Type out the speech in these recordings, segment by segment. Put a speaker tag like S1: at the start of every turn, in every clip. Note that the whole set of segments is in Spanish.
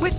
S1: With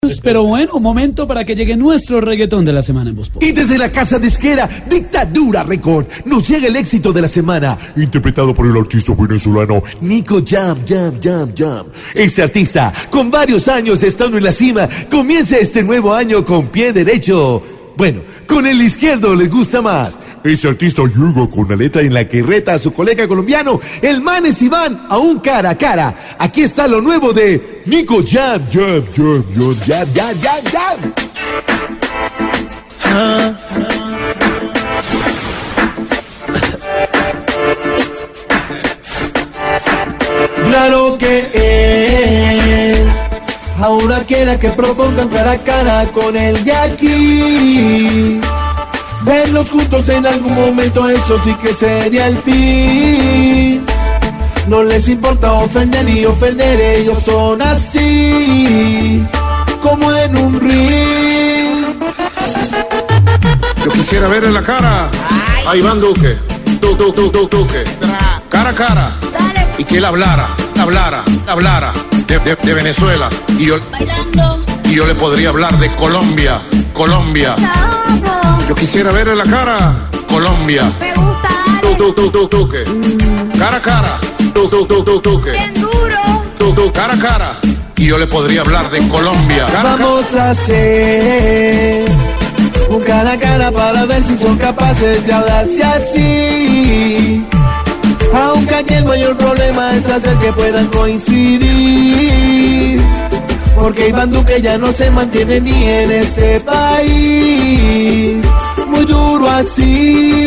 S2: Pues, Pero bueno, momento para que llegue nuestro reggaetón de la semana en Voz Populi.
S3: Y desde la casa disquera Dictadura Record nos llega el éxito de la semana, interpretado por el artista venezolano Nico Jam Jam Jam Jam. Este artista, con varios años estando en la cima, comienza este nuevo año con pie derecho. Bueno, con el izquierdo les gusta más. Este artista llega con aleta en la que reta a su colega colombiano, el Manes Iván, a un cara a cara. Aquí está lo nuevo de Nico Jam Jam Jam Jam Jam Jam Jam Jam.
S4: Claro que él ahora quiere que propongan cara a cara con el de aquí. Verlos juntos en algún momento, eso sí que sería el fin. No les importa ofender y ofender, ellos son así, como en un ring.
S5: Yo quisiera ver en la cara a Iván Duque. Du, du, du, du, Duque. Cara a cara. Y que él hablara, hablara, hablara de, de- de Venezuela. Y yo, y yo le podría hablar de Colombia, Colombia. Yo quisiera ver en la cara Colombia. Du, du, du, du, Duque. Cara a cara. Du, du, du, du, Duque. Du, du, cara a cara. Y yo le podría hablar de Colombia. Cara a cara.
S4: Vamos a hacer un cara a cara para ver si son capaces de hablarse así. Aunque aquí el mayor problema es hacer que puedan coincidir. Porque Iván Duque ya no se mantiene ni en este país. Muy duro así.